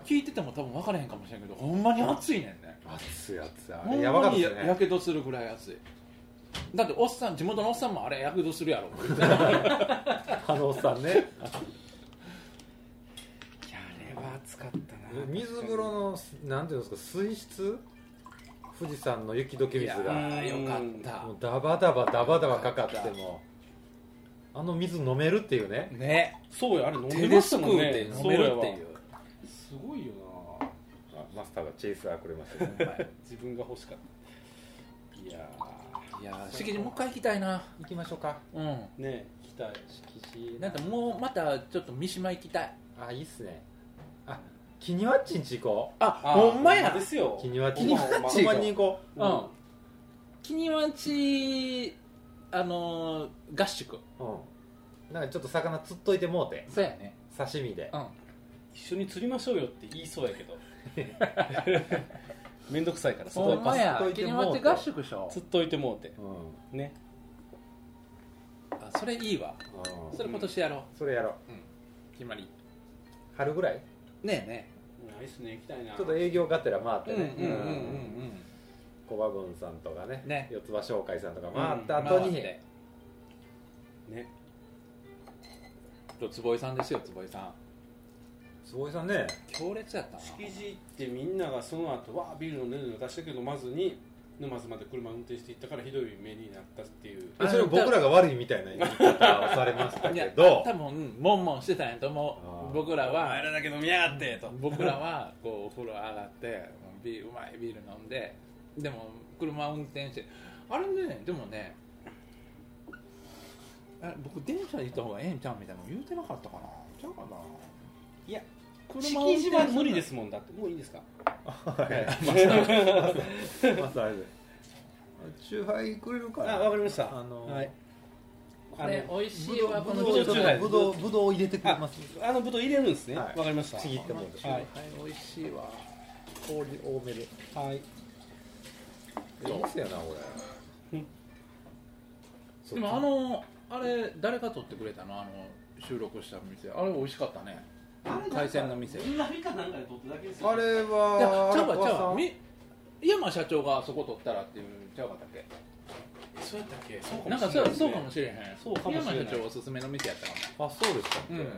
[SPEAKER 1] 聞いてても多分分からへんかもしれんけどほんまに暑いねんね
[SPEAKER 4] 暑い暑いあ
[SPEAKER 1] ほ
[SPEAKER 4] れ
[SPEAKER 1] ん
[SPEAKER 4] やばか
[SPEAKER 1] ま
[SPEAKER 4] った
[SPEAKER 1] に
[SPEAKER 4] です
[SPEAKER 1] や
[SPEAKER 4] ね
[SPEAKER 1] やけどするぐらい暑いだっておっさん地元のおっさんもあれやけどするやろ
[SPEAKER 4] あのおっさんね
[SPEAKER 3] いやあれは暑かったな
[SPEAKER 4] 水風呂のなんていうんですか水質富士山の雪解け水
[SPEAKER 1] いや
[SPEAKER 4] が
[SPEAKER 1] ーよかった
[SPEAKER 4] もうダバダバダバダバかかってもあの水飲めるっていうね
[SPEAKER 1] ね
[SPEAKER 3] そうやあれ飲ん
[SPEAKER 1] 手
[SPEAKER 3] で
[SPEAKER 1] ですす
[SPEAKER 3] た
[SPEAKER 1] く
[SPEAKER 3] も
[SPEAKER 1] うんて
[SPEAKER 3] ね
[SPEAKER 1] 飲めるっていう
[SPEAKER 3] うすごいよな
[SPEAKER 4] マスターがチェイスーくれましたね
[SPEAKER 3] 自分が欲しかったいや
[SPEAKER 1] いやー敷地もう一回行きたいな
[SPEAKER 4] 行きましょうか
[SPEAKER 1] うん
[SPEAKER 3] ーねえ期待
[SPEAKER 1] なんかもうまたちょっと三島行きたい
[SPEAKER 4] あいいっすねあキニワッチンチ行こ
[SPEAKER 1] あほんまや
[SPEAKER 3] ですよ
[SPEAKER 4] うキニワッチン
[SPEAKER 3] ほんまほんま
[SPEAKER 4] ほんまに行こう
[SPEAKER 1] うん君はちあのー合宿
[SPEAKER 4] うんなんかちょっと魚釣っといてもうて
[SPEAKER 1] そうやね
[SPEAKER 4] 刺身で
[SPEAKER 1] うん
[SPEAKER 3] 一緒に釣りましょうよって言いそうやけ どめんどくさいから
[SPEAKER 1] ほ
[SPEAKER 3] 外
[SPEAKER 1] んまや
[SPEAKER 4] パスといて
[SPEAKER 1] 君
[SPEAKER 4] もう
[SPEAKER 1] は
[SPEAKER 4] て
[SPEAKER 1] ち合宿でしょ
[SPEAKER 3] 釣っといてもうて
[SPEAKER 4] うん、うん、
[SPEAKER 3] ね
[SPEAKER 1] あそれいいわそれ今年やろう
[SPEAKER 4] それやろう
[SPEAKER 1] 決まり
[SPEAKER 4] 春ぐらい
[SPEAKER 1] ねえね
[SPEAKER 3] ナイスね行きたいな
[SPEAKER 4] ちょっと営業がてら回ってね
[SPEAKER 1] うんうんうんうん
[SPEAKER 4] コバブンさんとかね
[SPEAKER 1] ね
[SPEAKER 4] 四つ葉商会さんとか回った後
[SPEAKER 1] 回っ
[SPEAKER 4] に、
[SPEAKER 1] て
[SPEAKER 3] ね
[SPEAKER 1] 四つぼいさんですよ坪井さん
[SPEAKER 4] 坪井さんね
[SPEAKER 1] 強烈やったな
[SPEAKER 3] 築地行ってみんながその後わあビール飲んでるの出したけどまずに沼津まで車運転して行ったからひどい目になったっていう
[SPEAKER 1] あ
[SPEAKER 4] それを僕らが悪いみたいな言い方をされました
[SPEAKER 1] いや
[SPEAKER 4] けど
[SPEAKER 1] 多分もんもんしてたんやと思
[SPEAKER 4] あー
[SPEAKER 1] う僕ら
[SPEAKER 3] お
[SPEAKER 1] は
[SPEAKER 3] 前らだけ飲みやがってと
[SPEAKER 1] 僕らはこうお風呂上がってビールうまいビール飲んででも車運転してあれねでもねあ僕電車で行った方がええんちゃうみたいなの言うてなかったかなちゃうかない
[SPEAKER 3] や
[SPEAKER 1] 車運転
[SPEAKER 3] 敷地
[SPEAKER 1] する
[SPEAKER 3] は無理ですもんだってもういいですか
[SPEAKER 4] まずあれでチューハイくれるか
[SPEAKER 3] あわかりました
[SPEAKER 4] あの
[SPEAKER 3] はい
[SPEAKER 1] これ
[SPEAKER 3] あの
[SPEAKER 1] 美味しいわこ
[SPEAKER 4] ぶ
[SPEAKER 1] の
[SPEAKER 3] ぶ
[SPEAKER 4] ど
[SPEAKER 3] ど
[SPEAKER 4] う
[SPEAKER 3] うチ
[SPEAKER 4] ぶ
[SPEAKER 3] ューハイ
[SPEAKER 4] どうぶどうを入れてくれます
[SPEAKER 3] あのぶどう入れるんですねわ、
[SPEAKER 4] はい
[SPEAKER 3] かりました
[SPEAKER 4] ちぎってもうて
[SPEAKER 3] はい
[SPEAKER 1] 美味しいわ
[SPEAKER 4] 氷多めでい
[SPEAKER 3] はい
[SPEAKER 4] いっすよなこれ
[SPEAKER 3] うん
[SPEAKER 1] でもあのあれ誰か撮ってくれたのあの収録した店あれ美味しかったね海鮮の店い
[SPEAKER 8] 何かなんかで撮っただけですよ
[SPEAKER 4] あれ
[SPEAKER 1] やちゃ
[SPEAKER 4] は
[SPEAKER 1] うわちゃう
[SPEAKER 4] 荒川さ
[SPEAKER 1] わ
[SPEAKER 4] ん
[SPEAKER 1] み山社長があそこ撮ったらっていうちゃうかったっけ
[SPEAKER 3] そうやったっけそうか
[SPEAKER 1] なんか
[SPEAKER 3] もし
[SPEAKER 1] そう
[SPEAKER 3] れない
[SPEAKER 1] そうかもしれへん
[SPEAKER 3] そうかもしれない
[SPEAKER 1] 山社長おすすめの店やったかも
[SPEAKER 4] あそうでしたっけ、
[SPEAKER 1] うん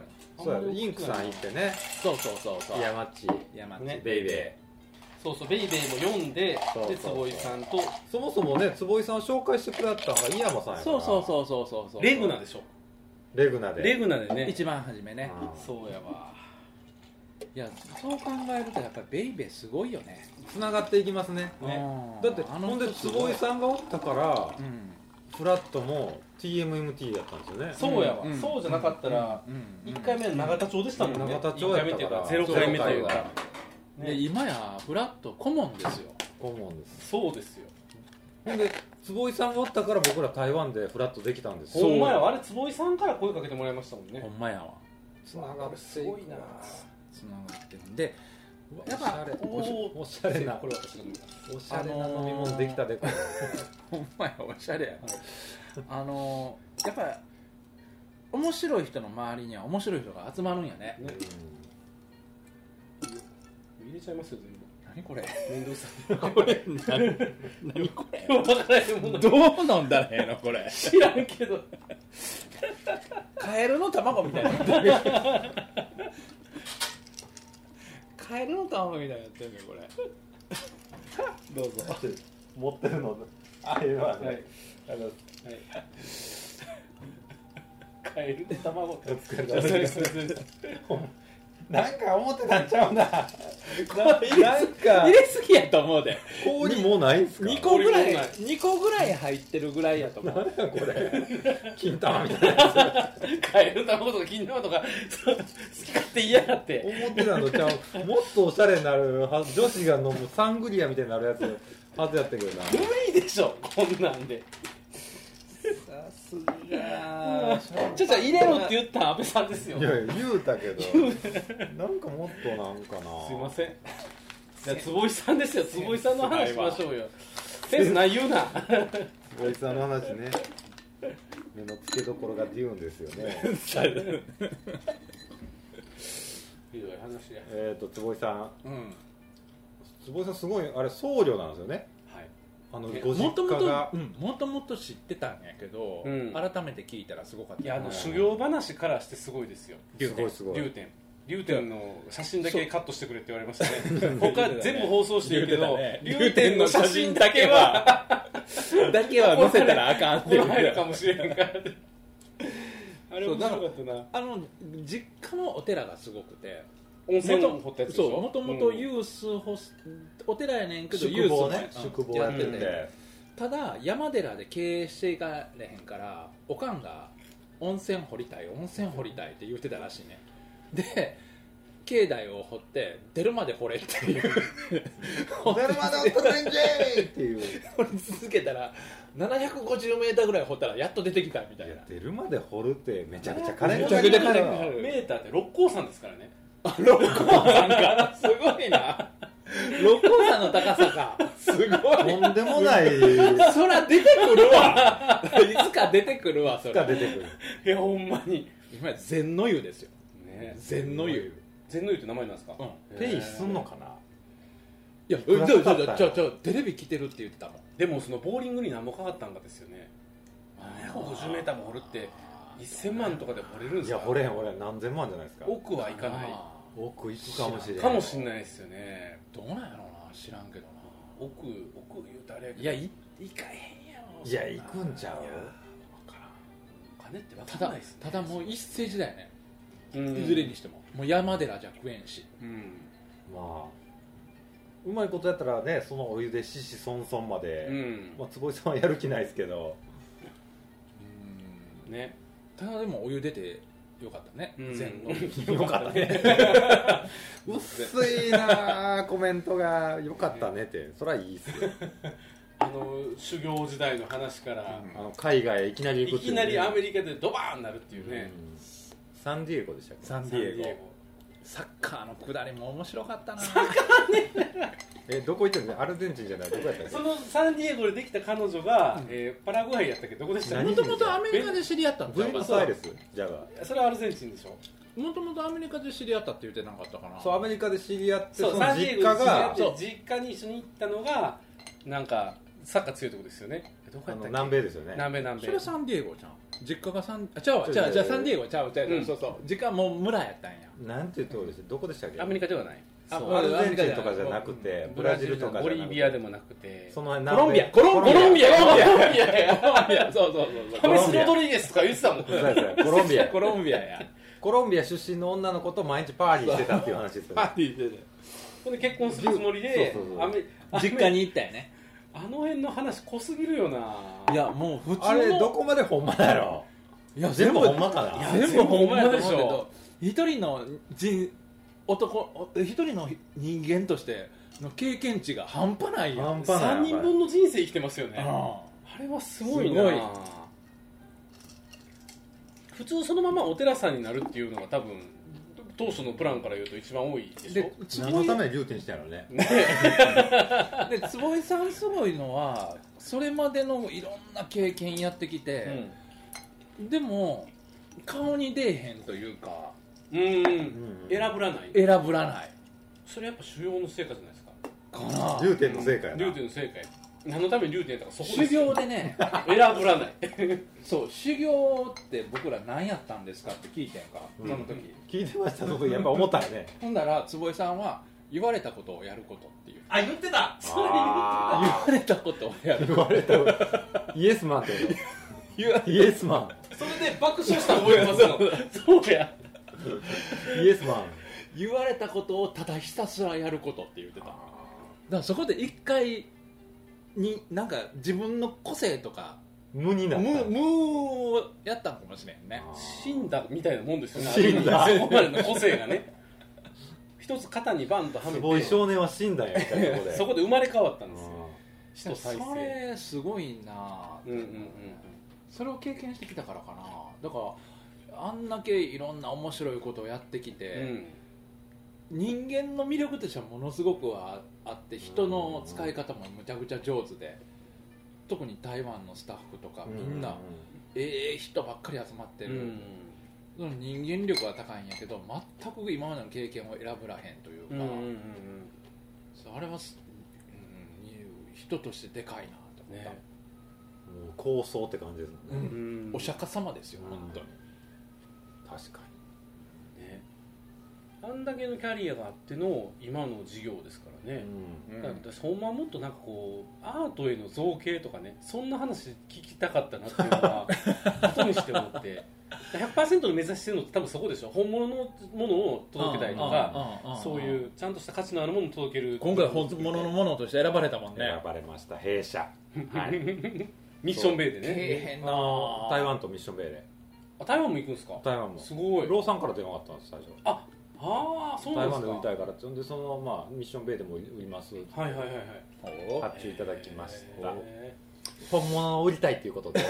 [SPEAKER 4] そうやインクさん行ってね
[SPEAKER 1] そうそうそうそう
[SPEAKER 4] 山っち
[SPEAKER 1] 山地
[SPEAKER 3] ね
[SPEAKER 4] ベイベ
[SPEAKER 3] そうそうベイベーも読んで
[SPEAKER 4] そうそう
[SPEAKER 3] で
[SPEAKER 4] そう
[SPEAKER 3] 坪井さんと
[SPEAKER 4] ーそもそもね坪井さんを紹介してくれたのが井山さんやから
[SPEAKER 1] そうそうそうそうそうそう
[SPEAKER 3] レグナでしょ
[SPEAKER 4] レグナで
[SPEAKER 3] レグナでね
[SPEAKER 1] 一番初めね
[SPEAKER 4] あー
[SPEAKER 3] そうやわ
[SPEAKER 1] いやそう考えるとやっぱりベイベーすごいよね
[SPEAKER 4] つながっていきますね
[SPEAKER 1] うん
[SPEAKER 4] だって
[SPEAKER 1] あの
[SPEAKER 4] ほんで坪井さんがおったか
[SPEAKER 1] ん
[SPEAKER 4] ら
[SPEAKER 1] うん
[SPEAKER 4] フラットも TMMT だったんですよね
[SPEAKER 3] そうやわ、
[SPEAKER 1] うん
[SPEAKER 3] そうじゃなかったら、
[SPEAKER 1] うん
[SPEAKER 3] 一回目は永田町でしたもんね、
[SPEAKER 4] 永田町や
[SPEAKER 3] 一回目
[SPEAKER 4] っ
[SPEAKER 3] ってい
[SPEAKER 4] た
[SPEAKER 3] う
[SPEAKER 4] か
[SPEAKER 3] からゼロ回目というか、
[SPEAKER 1] で
[SPEAKER 3] ね、
[SPEAKER 1] 今やフラット顧問ですよ
[SPEAKER 4] 顧問です
[SPEAKER 3] そうですよ
[SPEAKER 4] ほんで坪井さんがおったから僕ら台湾でフラットできたんです
[SPEAKER 3] ほんまやわあれ坪井さんから声かけてもらいましたもん
[SPEAKER 1] ほ
[SPEAKER 3] ね
[SPEAKER 1] んまやわ
[SPEAKER 4] つながっていく
[SPEAKER 3] すごいな
[SPEAKER 1] つながってるんで
[SPEAKER 4] おしゃれおしおしゃれな
[SPEAKER 3] これ私が見た
[SPEAKER 4] おしゃれな飲み物できたでこれ
[SPEAKER 1] ほんまやおしゃれやあのーやっぱ面白い人の周りには面白い人が集まるんやね
[SPEAKER 3] ね入れちゃいますよ
[SPEAKER 1] 何これ
[SPEAKER 3] 全部面倒くさ
[SPEAKER 1] これ何 何これ
[SPEAKER 3] い分からへんもん
[SPEAKER 1] どう飲んだらええのこれ
[SPEAKER 3] 知らん けど
[SPEAKER 1] カエルの卵みたいになってるカエルの卵みたいになってるねこれ
[SPEAKER 3] どうぞ
[SPEAKER 4] 持ってるのあれはね、あの
[SPEAKER 3] カエルの卵って
[SPEAKER 4] お疲
[SPEAKER 3] それ
[SPEAKER 4] れ様
[SPEAKER 3] そ
[SPEAKER 4] で
[SPEAKER 3] れ
[SPEAKER 4] す
[SPEAKER 3] それ
[SPEAKER 4] なんか思ってたんちゃうな
[SPEAKER 1] な
[SPEAKER 4] なんん
[SPEAKER 1] か
[SPEAKER 4] か
[SPEAKER 1] 入れすぎやと思うで
[SPEAKER 4] 氷もうないんすか
[SPEAKER 1] 2個ぐらい
[SPEAKER 3] 俺もない
[SPEAKER 1] 2個ぐらい入ってるぐらいやと 思う
[SPEAKER 4] これ 金玉みたいな
[SPEAKER 3] カエルの卵とか金玉とかそう好き勝手嫌だって
[SPEAKER 4] 思ってたのちゃうもっとおしゃれになるは女子が飲むサングリアみたいになるやつはずやったけどな
[SPEAKER 3] 無理でしょこんなんでちょちょ入れろって言ったん安倍さんですよ
[SPEAKER 4] いやいや言うたけどなんかもっとなんかな
[SPEAKER 3] すいませんじゃあ坪井さんですよ坪井さんの話しましょうよセンスない言うな
[SPEAKER 4] 坪井さんの話ね目の付けどころがデューンですよね
[SPEAKER 3] ひどい話や
[SPEAKER 4] えっと坪井さん
[SPEAKER 1] うん
[SPEAKER 4] 坪井さんすごいあれ僧侶なんですよね
[SPEAKER 3] はい
[SPEAKER 4] あの
[SPEAKER 3] え
[SPEAKER 4] ご
[SPEAKER 1] も
[SPEAKER 4] 実
[SPEAKER 1] とも
[SPEAKER 4] 家が
[SPEAKER 1] と、うん、もともと知ってたんやけど、
[SPEAKER 3] うん
[SPEAKER 1] 改めて聞いたらすごかった
[SPEAKER 3] いやあの
[SPEAKER 1] うん
[SPEAKER 3] 修行話からしてすごいですよ
[SPEAKER 4] すごいすご
[SPEAKER 3] 龍
[SPEAKER 4] い
[SPEAKER 3] 天龍天の写真だけカットしてくれって言われま したね他全部放送してるけど
[SPEAKER 1] 言
[SPEAKER 3] 龍
[SPEAKER 1] うてたね
[SPEAKER 3] 天の写真だけは
[SPEAKER 1] だけは載せたらあかんって
[SPEAKER 3] 来
[SPEAKER 1] いう
[SPEAKER 3] ないのかもしれんから あれ面白かったな
[SPEAKER 1] あの実家のお寺がすごくて
[SPEAKER 3] 温泉の掘ったやつでし
[SPEAKER 1] そう
[SPEAKER 3] ょ
[SPEAKER 1] もともとユースホス、お寺やねんけどユー
[SPEAKER 4] 宿
[SPEAKER 1] ス
[SPEAKER 4] 坊
[SPEAKER 1] も
[SPEAKER 4] ね
[SPEAKER 1] うん
[SPEAKER 4] 宿坊やって
[SPEAKER 1] やってて
[SPEAKER 4] て
[SPEAKER 1] ただ山寺で経営していかれへんからおかんが温泉掘りたい温泉掘りたいって言ってたらしいねで境内を掘って出るまで掘れっていう
[SPEAKER 4] 「ゼルマドットレンジェイ!」っていう
[SPEAKER 1] 掘り続けたら 750m ぐらい掘ったらやっと出てきたみたい
[SPEAKER 4] い
[SPEAKER 1] な
[SPEAKER 4] や出るまで掘るってめちゃくちゃ金
[SPEAKER 1] め
[SPEAKER 4] か
[SPEAKER 1] ちゃ
[SPEAKER 4] か
[SPEAKER 1] く
[SPEAKER 4] り
[SPEAKER 1] ちゃ
[SPEAKER 4] ま
[SPEAKER 1] 金
[SPEAKER 4] す
[SPEAKER 1] かか
[SPEAKER 4] よ
[SPEAKER 1] る
[SPEAKER 3] メーターって六甲山ですからね
[SPEAKER 1] 六甲山かすごいな六甲山の高さかすごい
[SPEAKER 4] とんでもない
[SPEAKER 1] そら出てくるわいつか出てくるわそ
[SPEAKER 4] が出
[SPEAKER 1] ら
[SPEAKER 4] て くる
[SPEAKER 3] いやほんまに
[SPEAKER 1] 今禅の湯ですよ
[SPEAKER 3] ね
[SPEAKER 1] 禅の湯
[SPEAKER 3] 全の湯って名前なんですか
[SPEAKER 1] うん
[SPEAKER 4] ペイすんのかない
[SPEAKER 1] や、
[SPEAKER 4] く
[SPEAKER 1] うん
[SPEAKER 4] ら
[SPEAKER 1] ちょ
[SPEAKER 4] か
[SPEAKER 1] ち
[SPEAKER 4] かったん
[SPEAKER 1] ょ
[SPEAKER 4] や
[SPEAKER 1] ちょちょテレビ来てるって言ってたもん
[SPEAKER 3] でもそのボーリングに何もかかったんかですよね 750m も掘るって1000万とかで掘れるんです
[SPEAKER 4] い
[SPEAKER 3] か
[SPEAKER 4] や掘れへん掘れへん何千万じゃないですか
[SPEAKER 3] 奥はいかな
[SPEAKER 1] あ
[SPEAKER 4] 奥行くかもしれ
[SPEAKER 3] い
[SPEAKER 4] ん
[SPEAKER 3] かもしんないですよね
[SPEAKER 1] ーどうなんやろうな知らんけどな
[SPEAKER 3] 奥奥言うたらあれやけど
[SPEAKER 1] いやい行かへんやろ
[SPEAKER 4] いや行くんちゃう
[SPEAKER 3] お金って分
[SPEAKER 1] た
[SPEAKER 3] かん
[SPEAKER 1] だ
[SPEAKER 3] ないです
[SPEAKER 1] ただもう一世時代ね、
[SPEAKER 3] うん
[SPEAKER 1] いずれにしてももう山寺じゃ食えんし
[SPEAKER 3] うん
[SPEAKER 4] まあうまいことやったらねそのお湯でししそんそんま
[SPEAKER 3] う
[SPEAKER 4] で、
[SPEAKER 3] ん
[SPEAKER 4] まあ、坪井さんはやる気ないですけど
[SPEAKER 3] ね
[SPEAKER 1] ただでもお湯出てよかったね
[SPEAKER 3] うん
[SPEAKER 1] 禅の湯
[SPEAKER 4] よかったね薄い なあコメントがよかったねってそりゃいいっすよ
[SPEAKER 3] あの修行時代の話から
[SPEAKER 4] あの海外へいきなり行
[SPEAKER 3] い
[SPEAKER 4] くってい
[SPEAKER 3] き
[SPEAKER 4] う
[SPEAKER 3] な
[SPEAKER 4] ね
[SPEAKER 3] りアメリカでドバーンなるっていうね
[SPEAKER 4] うんサンディエゴでしたっけ
[SPEAKER 1] サン
[SPEAKER 3] サンディエ
[SPEAKER 1] サッカーのくだりも面白かったな
[SPEAKER 4] えどこ行ってるのアルゼンチンじゃないどこやった
[SPEAKER 3] ゴ
[SPEAKER 4] っ
[SPEAKER 3] そのサンディエゴでできた彼女がえーパラグアイやったっけどこでしたっけ
[SPEAKER 1] も
[SPEAKER 4] 何
[SPEAKER 1] ともとアメリカで知り合ったん
[SPEAKER 4] け
[SPEAKER 1] ち
[SPEAKER 4] ブ
[SPEAKER 1] ゃ
[SPEAKER 4] エ
[SPEAKER 1] う
[SPEAKER 4] ノ
[SPEAKER 1] か
[SPEAKER 4] スアイレスじゃが
[SPEAKER 3] それはアルゼンチンでしょ
[SPEAKER 1] もともとアメリカで知り合ったって言ってなかったかな
[SPEAKER 4] そうアメリカで知り合って
[SPEAKER 3] そ
[SPEAKER 4] そうの
[SPEAKER 3] サンディエゴ
[SPEAKER 4] 実家
[SPEAKER 3] で知り合
[SPEAKER 4] が
[SPEAKER 3] って実家に一緒に行ったのがなんかサッカー強いとこですよねえどこ
[SPEAKER 4] あ
[SPEAKER 3] やっ
[SPEAKER 4] の
[SPEAKER 3] たっけ
[SPEAKER 4] 南米ですよね
[SPEAKER 3] 南米南
[SPEAKER 1] そ
[SPEAKER 3] 米
[SPEAKER 1] れはサンディエゴじゃん実家がサンあちゃうわ
[SPEAKER 4] ちょ
[SPEAKER 1] ちゃうわ
[SPEAKER 4] い
[SPEAKER 1] じゃ
[SPEAKER 4] や
[SPEAKER 1] あ
[SPEAKER 4] いや
[SPEAKER 1] サンディエゴちゃうわちゃうわ
[SPEAKER 3] うん
[SPEAKER 1] そうそう実家もう村やったんや
[SPEAKER 4] なんていうところでしたどこでしたっけ
[SPEAKER 3] アメリカではない
[SPEAKER 1] あ
[SPEAKER 3] そう
[SPEAKER 1] ま
[SPEAKER 4] アルゼンチンとかじゃなくてブラジルとかじゃな
[SPEAKER 3] ボ
[SPEAKER 4] くて
[SPEAKER 3] リビアでもなくて
[SPEAKER 4] その辺
[SPEAKER 1] コロンビア
[SPEAKER 4] 南米
[SPEAKER 1] コロンビアコロンビア
[SPEAKER 3] コロンビア
[SPEAKER 1] コロンビアそうそうそう
[SPEAKER 3] ハ
[SPEAKER 1] そう
[SPEAKER 3] メス・ロドリゲスとか言ってたもん
[SPEAKER 4] そうそうそうコロンビア
[SPEAKER 1] コロンビアや
[SPEAKER 4] コロンビア出身の女の子と毎日パーティーしてたっていう話ですよね
[SPEAKER 1] ティーで
[SPEAKER 3] ほんで結婚するつもりで
[SPEAKER 4] そうそうそう
[SPEAKER 3] アメ
[SPEAKER 1] 実家に行ったよね
[SPEAKER 3] あの辺の話濃すぎるよない
[SPEAKER 1] やもう普通の
[SPEAKER 4] あれどこまでほんまやろ
[SPEAKER 1] いや
[SPEAKER 4] 全
[SPEAKER 1] 全
[SPEAKER 4] 部
[SPEAKER 1] 部
[SPEAKER 4] ほんまかないい
[SPEAKER 1] や
[SPEAKER 4] や
[SPEAKER 1] 全部ほんまやと思うけ
[SPEAKER 3] 全部ほんま
[SPEAKER 1] ど一人の人男お一人の人間としての経験値が半端ないやん
[SPEAKER 4] 半端
[SPEAKER 3] 3
[SPEAKER 4] ない
[SPEAKER 3] 人分の人生生きてますよねあ
[SPEAKER 1] あ
[SPEAKER 3] れはすごいな
[SPEAKER 1] すごい
[SPEAKER 3] 普通そのままお寺さんになるっていうのが多分当初のプランから言うと一番多いでしょ
[SPEAKER 1] で
[SPEAKER 4] 何のために留点したんやろね
[SPEAKER 1] で坪井さんすごいのはそれまでのいろんな経験やってき
[SPEAKER 3] う
[SPEAKER 1] て、
[SPEAKER 3] ん
[SPEAKER 1] でも顔に出えへんというか
[SPEAKER 3] うん
[SPEAKER 4] うん
[SPEAKER 3] 選ぶらない
[SPEAKER 1] 選ぶらない
[SPEAKER 3] それやっぱ修行の成果じゃないですか
[SPEAKER 1] かな
[SPEAKER 4] 留点の成果やな
[SPEAKER 3] 竜天の正解何のために竜天やったかそこで
[SPEAKER 1] 修
[SPEAKER 3] すよ
[SPEAKER 1] 行でね
[SPEAKER 3] 選ぶらない
[SPEAKER 1] そう修行って僕ら何やったんですかって聞いてんか、
[SPEAKER 4] うん
[SPEAKER 1] その時
[SPEAKER 4] 聞いてましたそこやっぱ思ったよね
[SPEAKER 1] ほんなら坪井さんは言われたことをやることっていう
[SPEAKER 8] あ言ってたそれ
[SPEAKER 1] 言われたことをやる
[SPEAKER 4] 言われたイエスマンってことイエスマ
[SPEAKER 8] それで爆笑したの覚えてますよ
[SPEAKER 1] そうや
[SPEAKER 4] ンイエスマン
[SPEAKER 1] 言われたことをただひたすらやることって言ってただからそこで一回になんか自分の個性とか
[SPEAKER 4] 無にな
[SPEAKER 1] 無
[SPEAKER 4] っ
[SPEAKER 1] 無をやったんかもしれんね
[SPEAKER 3] 死んだみたいなもんですよね
[SPEAKER 4] 死んだ
[SPEAKER 3] ある意味そこまでの個性がね一つ肩にバンとは
[SPEAKER 4] たす
[SPEAKER 3] め
[SPEAKER 4] ごい
[SPEAKER 3] てそ
[SPEAKER 4] 少年は死んだよみたい なとこで
[SPEAKER 3] こで生まれ変わったんですよ
[SPEAKER 1] で
[SPEAKER 3] 人
[SPEAKER 1] もそ
[SPEAKER 3] 再生
[SPEAKER 1] れすごいな
[SPEAKER 3] うんうんうん
[SPEAKER 1] それを経験してきたからかなだからあんだけいろんな面白いことをやってき
[SPEAKER 3] う
[SPEAKER 1] て、
[SPEAKER 3] ん
[SPEAKER 1] 人間の魅力としてはものすごくはあって人の使い方もむちゃくちゃ上手で特に台湾のスタッフとかみんな、ええ人ばっかり集まって
[SPEAKER 3] う
[SPEAKER 1] る、
[SPEAKER 3] ん
[SPEAKER 1] その人間力は高いんやけど全く今までの経験を選ぶらへんというか、
[SPEAKER 3] うんうんうん
[SPEAKER 1] そうあれはす、うん、人としてでかいなと思った、
[SPEAKER 3] ね
[SPEAKER 4] もう構想って感じですもんね、
[SPEAKER 3] うん
[SPEAKER 1] お釈迦様ですよ、
[SPEAKER 4] うん
[SPEAKER 1] 本当に
[SPEAKER 4] 確か
[SPEAKER 3] ねあんだけのキャリアがあっての今の事業ですから
[SPEAKER 4] に、
[SPEAKER 3] ね、だから私ほんまもっとなんかこうアートへの造形とかねそんな話聞きたかったなっていうの は後にして思って100%の目指してるのって多分そこでしょ本物のものを届けたいとか
[SPEAKER 1] か
[SPEAKER 3] そういうちゃんとした価値のあるものを届ける
[SPEAKER 1] 今回本物のものとして選ばれたもんね
[SPEAKER 4] 選ばれました弊社はい
[SPEAKER 3] ミッションベイでね
[SPEAKER 1] へん
[SPEAKER 4] あ台湾とミッションベイで
[SPEAKER 3] あ台湾も行くんですか
[SPEAKER 4] 台湾も
[SPEAKER 3] すごい
[SPEAKER 4] ローさんから電話があったんです最初
[SPEAKER 3] ああーそうな
[SPEAKER 4] 台
[SPEAKER 3] んで
[SPEAKER 4] 湾
[SPEAKER 3] すか
[SPEAKER 4] で売りたいからってほんでそのままあミッションベイでも売ります
[SPEAKER 3] はいはいはいはい
[SPEAKER 4] 発注いただきました
[SPEAKER 3] へ
[SPEAKER 4] 本物を売りたいということで100%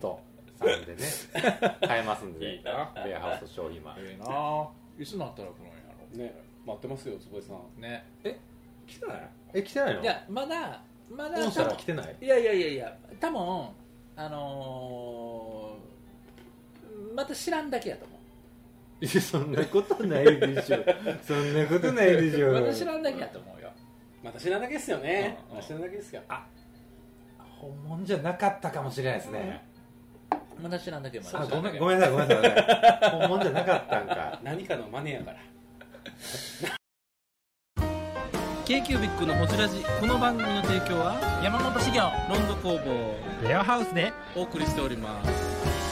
[SPEAKER 4] さんでね買えますんでね
[SPEAKER 3] いいな
[SPEAKER 4] レアハウス商品は
[SPEAKER 1] ええないつなったら来るんやろ
[SPEAKER 3] ーね待ってますよ坪井さん
[SPEAKER 1] ね
[SPEAKER 3] 来てない
[SPEAKER 4] え来てないの
[SPEAKER 1] いやまだまだ
[SPEAKER 4] 御社
[SPEAKER 1] 多
[SPEAKER 4] は
[SPEAKER 1] 分
[SPEAKER 4] 来てない
[SPEAKER 1] いやいやいやいや多分あのーまた知らんだけやと思う
[SPEAKER 4] いやそんなことないでしょそんなことないでしょ
[SPEAKER 1] また知らんだけやと思うよ
[SPEAKER 3] また知らんだけですよね
[SPEAKER 1] うんうん
[SPEAKER 3] まあ知らんだけですよ
[SPEAKER 4] 本物じゃなかったかもしれないですね
[SPEAKER 1] まだ知らんだけまだ
[SPEAKER 4] あ
[SPEAKER 1] 知ら
[SPEAKER 4] ご
[SPEAKER 1] んだ
[SPEAKER 4] めん
[SPEAKER 1] け
[SPEAKER 4] ごめんなさいごめんなさい本物じゃなかったんか
[SPEAKER 3] 何かのマネやから
[SPEAKER 8] k q b i c のホジラジこの番組の提供は山本資源ロンド工房レアハウスでお送りしております